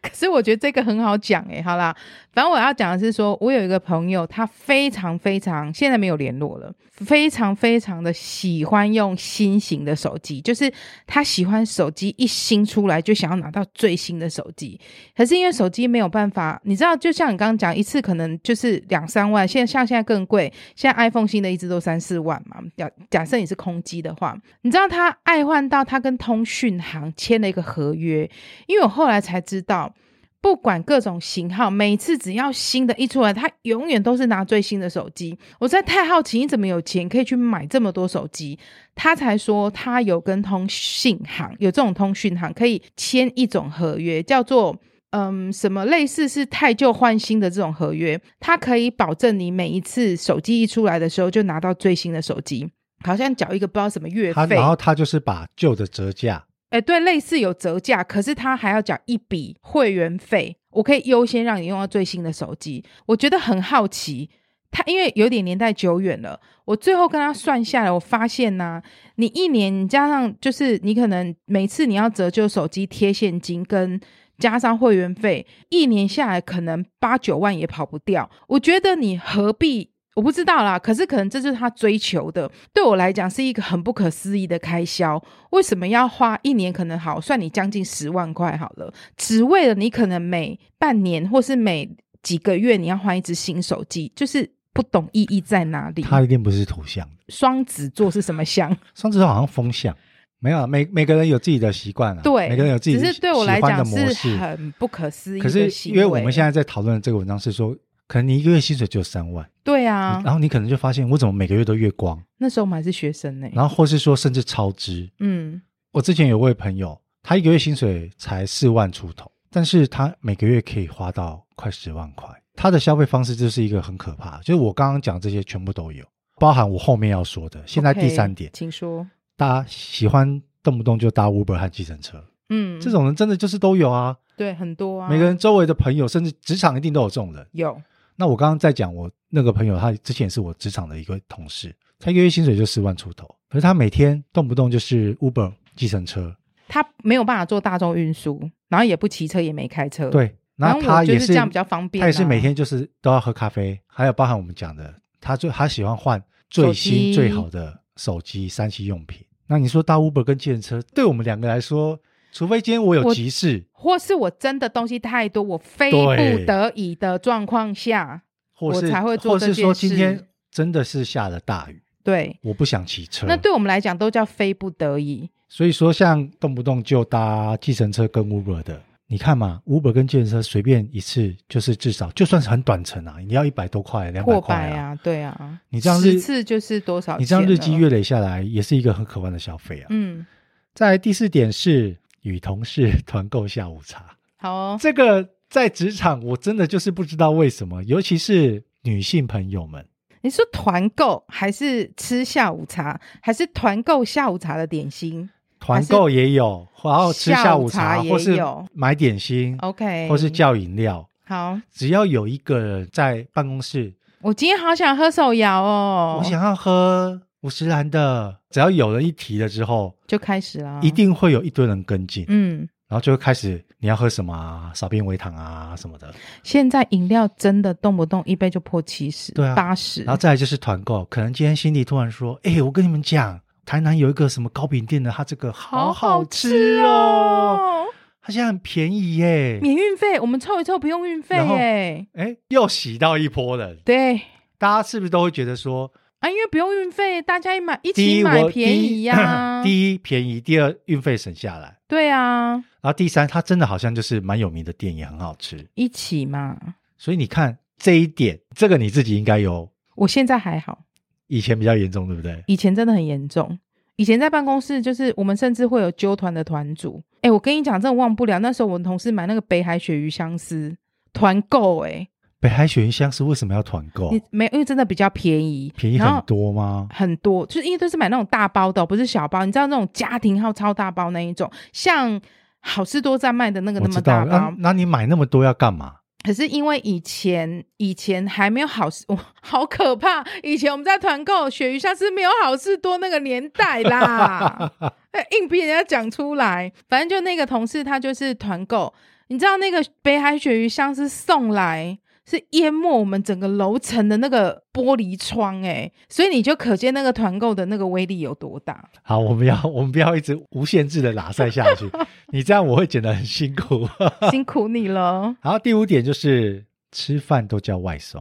B: 可是我觉得这个很好讲哎、好啦，反正我要讲的是说，我有一个朋友，他非常非常现在没有联络了，非常非常的喜欢用新型的手机，就是他喜欢手机一新出来就想要拿到最新的手机，可是因为手机没有办法，你知道，就像你刚刚讲，一次可能就是两三万，现在像现在更贵，现在 iPhone 新的一直都三四万嘛。假假设你是空机的话，你知道他爱换到他跟通讯行签了一个合约，因为我后来才知道。不管各种型号，每次只要新的一出来，他永远都是拿最新的手机。我实在太好奇，你怎么有钱可以去买这么多手机？他才说他有跟通信行有这种通讯行可以签一种合约，叫做嗯什么类似是太旧换新的这种合约，它可以保证你每一次手机一出来的时候就拿到最新的手机，好像缴一个不知道什么月
A: 他
B: 费
A: 然，后他就是把旧的折价，
B: 哎对，类似有折价，可是他还要缴一笔会员费，我可以优先让你用到最新的手机，我觉得很好奇。他因为有点年代久远了，我最后跟他算下来，我发现呢、你一年你加上就是你可能每次你要折旧手机贴现金跟加上会员费，一年下来可能八九万也跑不掉。我觉得你何必我不知道啦，可是可能这就是他追求的。对我来讲是一个很不可思议的开销。为什么要花一年？可能好算你将近十万块好了，只为了你可能每半年或是每几个月你要换一只新手机，就是不懂意义在哪里。
A: 他一定不是土象的，
B: 双子座是什么相？
A: 上次好像风象，没有啊，每每个人有自己的习惯啊，
B: 对，
A: 每个人有自己
B: 只是对我
A: 喜
B: 来
A: 欢
B: 讲
A: 的模
B: 是
A: 式。
B: 很不可思议
A: 可
B: 的
A: 是
B: 行
A: 因为我
B: 为
A: 们现在在讨论的这个文章是说，可能你一个月薪水只有三万，
B: 对啊，
A: 然后你可能就发现我怎么每个月都月光，
B: 那时候我们还是学生呢、
A: 然后或是说甚至超支。
B: 嗯，
A: 我之前有位朋友，他一个月薪水才四万出头，但是他每个月可以花到快十万块。他的消费方式就是一个很可怕，就是我刚刚讲这些全部都有，包含我后面要说的。现在第
B: OK，
A: 三点
B: 请说。
A: 大家喜欢动不动就搭 Uber 和计程车，
B: 嗯，
A: 这种人真的就是都有啊。
B: 对很多啊，
A: 每个人周围的朋友，甚至职场一定都有这种人。
B: 有，
A: 那我刚刚在讲我那个朋友，他之前也是我职场的一个同事，他一个月薪水就四万出头，可是他每天动不动就是 Uber 计程车，
B: 他没有办法做大众运输，然后也不骑车，也没开车。，
A: 对，
B: 反
A: 那
B: 正
A: 他
B: 我
A: 也
B: 就是这样比较方便啊
A: 他也是每天就是都要喝咖啡，还有包含我们讲的，他最他喜欢换最
B: 手
A: 新
B: 机
A: 最好的手机、三 C 用品。那你说搭 Uber 跟计程车，对我们两个来说，除非今天我有
B: 我
A: 急事，
B: 或是我真的东西太多，我非
A: 对
B: 不得已的状况下，
A: 或
B: 我
A: 是
B: 才会做
A: 或
B: 这
A: 是
B: 件
A: 说今
B: 事
A: 天真的是下了大雨，
B: 对，
A: 我不想骑车，
B: 那对我们来讲都叫非不得已。
A: 所以说，像动不动就搭计程车跟 Uber 的，你看嘛，Uber 跟计程车随便一次就是至少，就算是很短程啊，你要一百多块、两百
B: 破
A: 块
B: 百！啊，对啊，
A: 你这样日
B: 十次就是多少？
A: 你这样日积，月累下来，也是一个很可观的消费啊。
B: 嗯，
A: 再来第四点是与同事团购下午茶，
B: 好哦，
A: 这个在职场我真的就是不知道为什么，尤其是女性朋友们，
B: 你说团购还是吃下午茶，还是团购下午茶的点心
A: 团购也有，然后吃下午茶
B: 下午茶也
A: 或是
B: 有
A: 买点心，
B: ？OK，
A: 或是叫饮料，
B: 好。
A: 只要有一个人在办公室。
B: 我今天好想喝手摇哦，
A: 我想要喝五十兰的，只要有人一提了之后，
B: 就开始啦，
A: 一，定会有一堆人跟进，
B: 哦嗯，
A: 然后就会开始你要喝什么啊，少冰微糖啊什么的。
B: 现在饮料真的动不动一杯就破七十，
A: 对啊
B: 八十，
A: 然后再来就是团购，可能今天心里突然说：“哎、我跟你们讲，台南有一个什么糕饼店的，它这个好好吃哦，
B: 哦，
A: 它现在很便宜耶。
B: 免运费，我们凑一凑不用运费
A: 然后
B: 耶，”
A: 哎，又洗到一波人，
B: 对
A: 大家是不是都会觉得说，
B: 啊，因为不用运费，大家一买一
A: 第
B: 起
A: 一
B: 买
A: 我
B: 便宜 呀、
A: 第一第一便宜，第二运费省下来，
B: 对啊，
A: 然后第三，它真的好像就是蛮有名的店，也很好吃。
B: 一起嘛，
A: 所以你看这一点，这个你自己应该有
B: 我现在还好，
A: 以前比较严重，对不对？
B: 以前真的很严重。以前在办公室，就是我们甚至会有纠团的团主。哎、我跟你讲，真的忘不了那时候我们同事买那个北海鳕鱼香丝团购、哎，
A: 北海鳕鱼香是为什么要团购？
B: 你没，因为真的比较便宜，
A: 便宜
B: 然后
A: 很多吗？
B: 很多，就是因为都是买那种大包的哦，不是小包。你知道那种家庭号超大包那一种，像好事多在卖的那个
A: 我
B: 那
A: 知
B: 么
A: 道，嗯
B: 大
A: 那
B: 包。
A: 那你买那么多要干嘛？
B: 可是因为以前以前还没有好事， 哇，好可怕！以前我们在团购鳕鱼香是没有好事多那个年代 啦，哎硬逼人家讲出来。反正就那个同事他就是团购，你知道那个北海鳕鱼香是送来。是淹没我们整个楼层的那个玻璃窗哎、所以你就可见那个团购的那个威力有多 大。
A: 好，我们要我们不要一直无限制的拉塞下 去，你这样我会剪得很辛苦。
B: 辛苦你了，
A: 然后第五点就是吃饭都叫外送，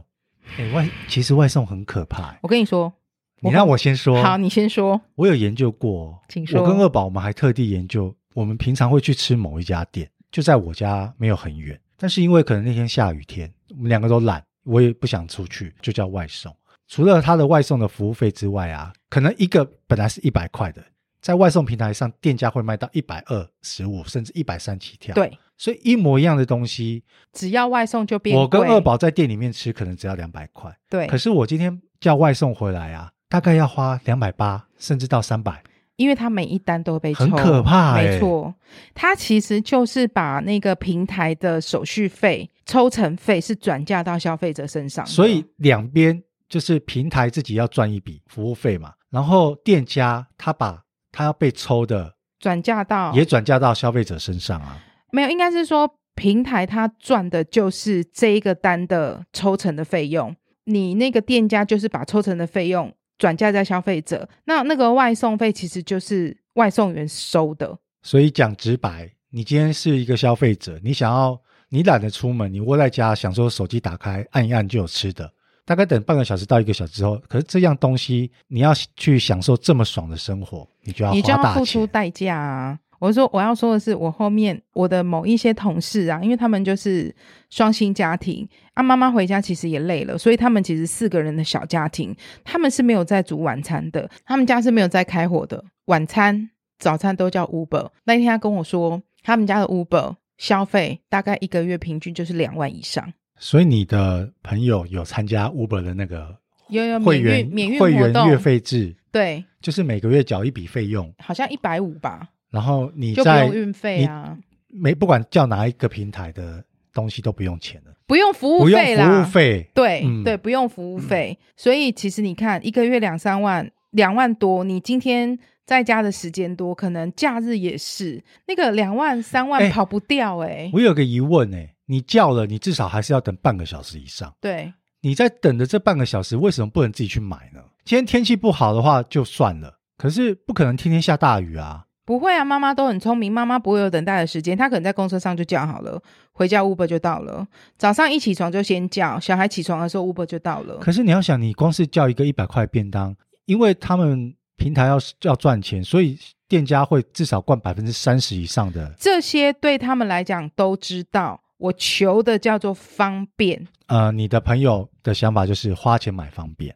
A: 哎、外其实外送很可怕、欸
B: 我跟你说，
A: 你让我先说，
B: 好，你先说。
A: 我有研究过，哦
B: 请
A: 我
B: 说
A: 跟二宝我们还特地研究，我们平常会去吃某一家店，就在我家没有很远，但是因为可能那天下雨天，我们两个都懒，我也不想出去，就叫外送。除了它的外送的服务费之外啊，可能一个本来是一百块的，在外送平台上店家会卖到一百二、十五甚至一百三起跳。，
B: 对，
A: 所以一模一样的东西，
B: 只要外送就变
A: 我跟
B: 贵
A: 二宝在店里面吃可能只要两百块，
B: 对
A: 可，是我今天叫外送回来啊，大概要花两百八甚至到三百。
B: 因为他每一单都会被抽，
A: 很可怕欸
B: 没错，他其实就是把那个平台的手续费、抽成费是转嫁到消费者身上的，
A: 所以两边就是平台自己要赚一笔服务费嘛，然后店家他把他要被抽的
B: 转嫁到
A: 也转嫁到消费者身上啊。
B: 没有，应该是说平台它赚的就是这一个单的抽成的费用。你那个店家就是把抽成的费用转嫁在消费者，那那个外送费其实就是外送员收的。
A: 所以讲直白，你今天是一个消费者，你想要你懒得出门，你窝在家想说手机打开按一按就有吃的，大概等半个小时到一个小时之后，可是这样东西你要去享受这么爽的生活，你就要
B: 你就
A: 花
B: 要
A: 大
B: 付出
A: 钱。
B: 代价啊！我说我要说的是，我后面我的某一些同事啊，因为他们就是双薪家庭啊，妈妈回家其实也累了，所以他们其实四个人的小家庭，他们是没有在煮晚餐的，他们家是没有在开火的，晚餐、早餐都叫 Uber。那天他跟我说，他们家的 Uber 消费大概一个月平均就是两万以上。
A: 所以你的朋友有参加 Uber 的那个
B: 有有
A: 会
B: 呃免
A: 员
B: 运免运
A: 会
B: 活
A: 员
B: 动
A: 月费制，
B: 对，
A: 就是每个月缴一笔费用，
B: 好像一百五吧，
A: 然后你
B: 就不
A: 在
B: 用运费啊，
A: 没不管叫哪一个平台的东西都不用钱了，
B: 不用服务
A: 不用
B: 费啦，
A: 服务费。
B: 对、
A: 嗯
B: 对，不用服务费。所以其实你看，一个月两三万，两万多，你今天在家的时间多，可能假日也是那个两万三
A: 哎
B: 万跑不掉哎、
A: 我有个疑问哎、你叫了，你至少还是要等半个小时以上。
B: 对，
A: 你在等的这半个小时，为什么不能自己去买呢？今天天气不好的话就算了，可是不可能天天下大雨啊。
B: 不会啊，妈妈都很聪明，妈妈不会有等待的时间，她可能在公车上就叫好了，回家 Uber 就到了。早上一起床就先叫，小孩起床的时候 Uber 就到了。
A: 可是你要想，你光是叫一个一百块便当，因为他们平台要要赚钱，所以店家会至少灌百分之三十以上的
B: 这些对他们来讲都知道，我求的叫做方便，
A: 呃，你的朋友的想法就是花钱买方便，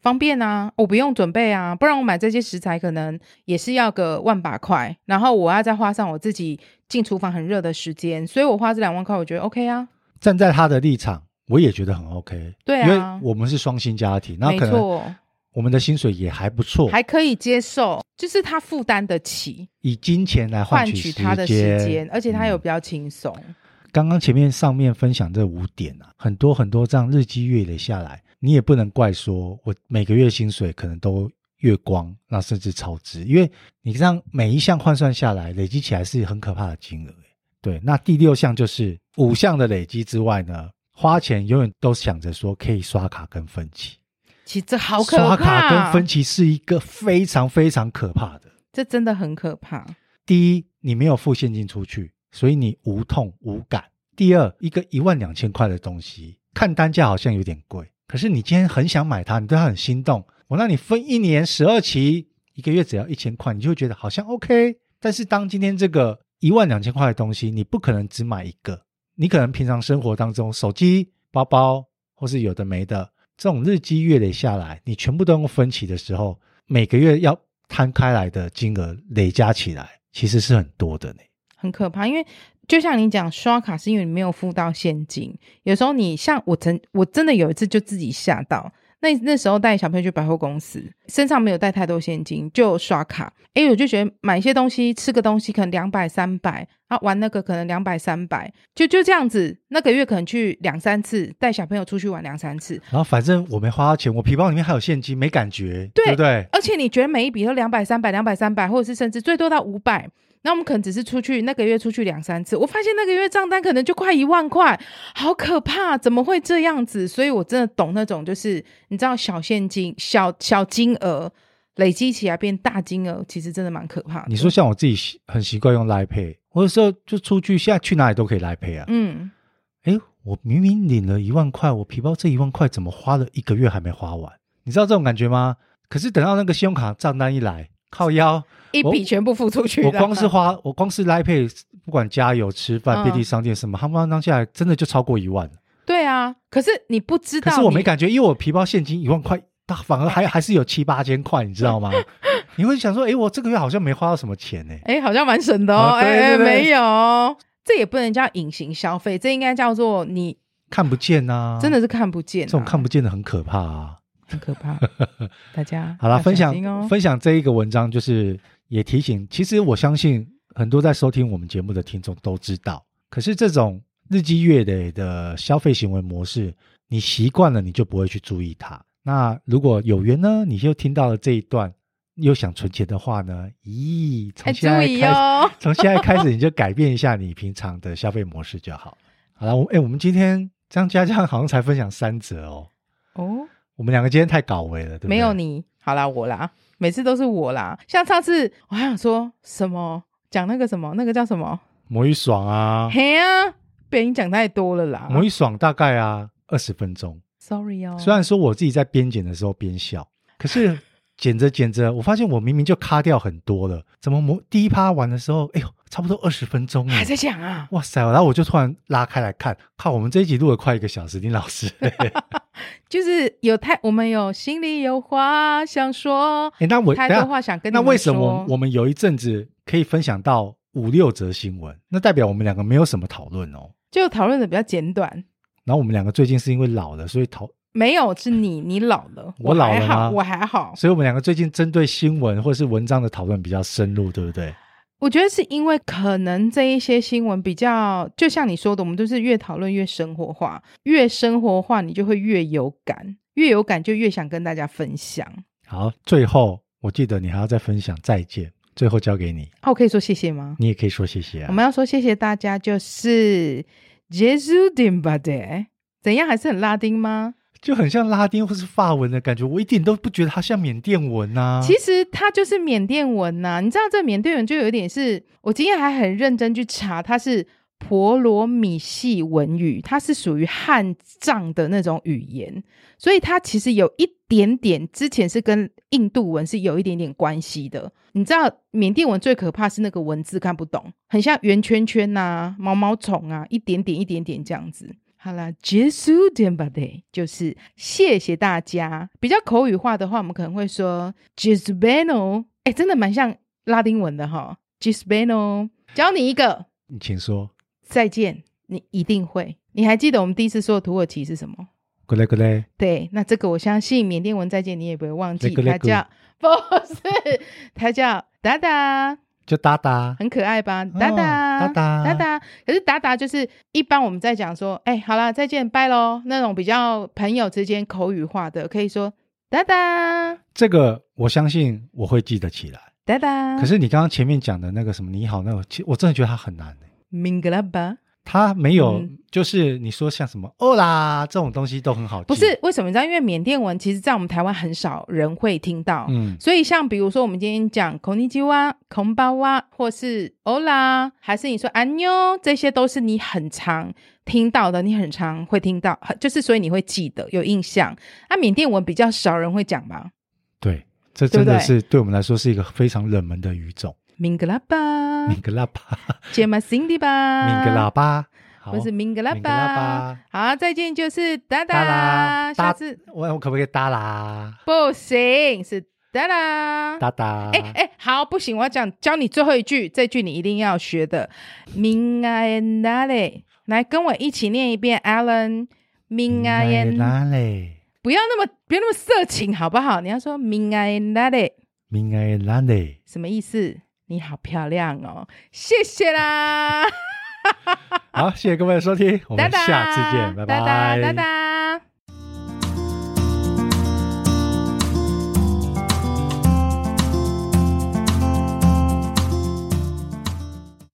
B: 方便啊，我不用准备啊，不然我买这些食材可能也是要个万把块，然后我要再花上我自己进厨房很热的时间，所以我花这两万块，我觉得 OK 啊，
A: 站在他的立场，我也觉得很 OK。
B: 对
A: 因
B: 啊
A: 为，我们是双薪家庭，那
B: 没
A: 可能
B: 错，
A: 我们的薪水也还不错，
B: 还可以接受，就是他负担得起，
A: 以金钱来
B: 换
A: 取
B: 取
A: 时
B: 他的时间，而且他
A: 嗯
B: 有比较轻松，
A: 刚刚前面上面分享这五点啊，很多很多这样日积月累下来，你也不能怪说我每个月薪水可能都月光，那甚至超支，因为你这样每一项换算下来，累积起来是很可怕的金额。欸对，那第六项就是五项的累积之外呢，花钱永远都想着说可以刷卡跟分期，
B: 其实这好可
A: 刷
B: 怕，
A: 卡
B: 啊
A: 跟分期是一个非常非常可怕的。
B: 这真的很可怕，
A: 第一，你没有付现金出去，所以你无痛无感；第二，一个一万两千块的东西，看单价好像有点贵，可是你今天很想买它，你对它很心动，我让你分一年十二期，一个月只要一千块，你就会觉得好像 OK。但是当今天这个一万两千块的东西，你不可能只买一个，你可能平常生活当中，手机、包包，或是有的没的，这种日积月累下来，你全部都用分期的时候，每个月要摊开来的金额累加起来，其实是很多的呢。
B: 很可怕，因为就像你讲，刷卡是因为你没有付到现金。有时候你像我曾，我真的有一次就自己吓到。那那时候带小朋友去百货公司，身上没有带太多现金，就刷卡。诶，我就觉得买一些东西，吃个东西可能两百三百，啊，玩那个可能两百三百，就就这样子。那个月可能去两三次，带小朋友出去玩两三次，
A: 然后反正我没花到钱，我皮包里面还有现金，没感觉，
B: 对
A: 不对？
B: 而且你觉得每一笔都两百、三百、两百、三百，或者是甚至最多到五百，那我们可能只是出去那个月出去两三次，我发现那个月账单可能就快一万块，好可怕！怎么会这样子？所以我真的懂那种就是你知道小现金、小小金额累积起来变大金额，其实真的蛮可怕的。
A: 你说，像我自己习很习惯用 Line Pay，我有时候就出去，现在去哪里都可以 Line Pay 啊。
B: 嗯，
A: 哎，我明明领了一万块，我皮包这一万块怎么花了一个月还没花完？你知道这种感觉吗？可是等到那个信用卡账单一来，靠腰，
B: 一
A: 我
B: 笔全部付出去
A: 我
B: 了，
A: 光是花，我光是 Line Pay，不管加油、吃饭、
B: 嗯
A: 便利商店什么，他们当下来真的就超过一万了。
B: 对啊，可是你不知
A: 可
B: 道，
A: 是我没。感觉，因为我皮包现金一万块，它反而还还是有七八千块，你知道吗？ 你会想说，诶，我这个月好像没花到什么钱呢、
B: 哎，好像蛮省的哦。
A: 啊对对
B: 哎、
A: 对
B: 没有哦，这也不能叫隐形消费，这应该叫做你
A: 看不见呐、
B: 真的是看不见、
A: 这
B: 啊，
A: 种看不见的很可怕啊。
B: 很 可怕。大家
A: 好啦，
B: 要
A: 分享
B: 小心哦，
A: 分享这一个文章，就是也提醒，其实我相信很多在收听我们节目的听众都知道，可是这种日积月累的消费行为模式，你习惯了，你就不会去注意它。那如果有缘呢，你又听到了这一段，又想存钱的话呢，咦，从
B: 哎，注
A: 现在开
B: 意
A: 始，
B: 哦。
A: 从现在开始你就改变一下你平常的消费模式就好了。好了，我哎，我们今天这样加加好像才分享三则哦，
B: 哦，
A: 我们两个今天太搞维了，对不对？
B: 没有你，好啦，我啦，每次都是我啦。像上次我还想说什么，讲那个什么，那个叫什么？
A: 魔芋爽啊，
B: 嘿啊，被你讲太多了啦。
A: 魔芋爽大概啊二十分钟。
B: Sorry 哦，
A: 虽然说我自己在边剪的时候边笑，可是剪着剪着，我发现我明明就卡掉很多了，怎么魔第一趴完的时候，哎呦，差不多二十分钟了
B: 还。在讲啊，
A: 哇塞！然后我就突然拉开来看，靠，我们这一集录了快一个小时，林老师。 哎
B: 就是有太，我们有心里有话想说，
A: 哎，那我
B: 太
A: 等一
B: 多
A: 下
B: 话想跟你
A: 那
B: 们
A: 为什么
B: 说
A: 我们有一阵子可以分享到五六则新闻？那代表我们两个没有什么讨论哦。
B: 就讨论的比较简短。
A: 然后我们两个最近是因为老了，所以讨，
B: 没有，是你，你老了，
A: 我老
B: 还
A: 了吗
B: 好，我还好。
A: 所以我们两个最近针对新闻或是文章的讨论比较深入，对不对？
B: 我觉得是因为可能这一些新闻比较，就像你说的，我们就是越讨论越生活化，越生活化你就会越有感，越有感就越想跟大家分享。
A: 好，最后我记得你还要再分享再见，最后交给你，
B: 啊，我可以说谢谢吗？
A: 你也可以说谢谢
B: 我
A: 啊。
B: 们要说谢谢大家，就是 Jesus d i m b a d 怎样还是很拉丁吗？
A: 就很像拉丁或是法文的感觉，我一点都不觉得它像缅甸文呐、啊。
B: 其实它就是缅甸文呐、你知道这缅甸文就有点是，我今天还很认真去查，它是婆罗米系文语，它是属于汉藏的那种语言，所以它其实有一点点之前是跟印度文是有一点点关系的。你知道缅甸文最可怕是那个文字看不懂，很像圆圈圈呐、毛毛虫啊，一点点一点点这样子。好啦，结束点吧，对，就是谢谢大家。比较口语化的话，我们可能会说 j i s b a n o 哎，真的蛮像拉丁文的哈 j i s b a n o 教你一个
A: 你请说。
B: 再见，你一定会。你还记得我们第一次说的土耳其是什么？
A: 过来过来，
B: 对，那这个我相信缅甸文再见你也不会忘记，
A: Lego Lego
B: 它叫不是，它叫达达，
A: 就哒哒。
B: 很可爱吧？
A: 哦
B: 达达、
A: 达达
B: 达达，可是达达就是一般我们在讲说，哎、好啦，再见，拜喽，那种比较朋友之间口语化的，可以说达达
A: 这个我相信我会记得起来。
B: 达达。
A: 可是你刚刚前面讲的那个什么你好那个，其我真的觉得它很难、欸。
B: 明格拉巴
A: 它没有，
B: 嗯
A: 就是你说像什么哦啦这种东西都很好记。
B: 不是，为什么？你知道，因为缅甸文其实在我们台湾很少人会听到，
A: 嗯，
B: 所以，像比如说，我们今天讲孔尼基哇、孔巴哇，或是欧啦，还是你说安妞，这些都是你很常听到的，你很常会听到，就是所以你会记得有印象。啊，缅甸文比较少人会讲吧？
A: 对，这
B: 对不
A: 真的
B: 对
A: 是对我们来说是一个非常冷门的语种。
B: 明格拉 巴，
A: 敏格拉巴，
B: 杰玛辛迪巴，
A: 敏格拉，巴，好
B: 或，是明格拉
A: 明格拉
B: 巴
A: 巴。
B: 好，再见，就是哒
A: 哒啦，
B: 哒，下
A: 哒
B: 次，
A: 我我可不可以哒啦，
B: 不行是哒哒。
A: 哒哒
B: 哎、哎、好，不行，我要讲教你最后一句，这句你一定要学的。明啊耶那嘞，来跟我一起念一遍，Alan。明啊耶那，
A: 哪嘞？
B: 不要那么不要那么色情，好不好？你要说明啊耶那嘞，
A: 明爱哪嘞？
B: 什么意思？你好漂亮哦，谢谢啦，
A: 好，谢谢各位的收听，我
B: 哒
A: 们
B: 哒，
A: 下次见，拜
B: 哒哒
A: 拜，
B: 哒哒。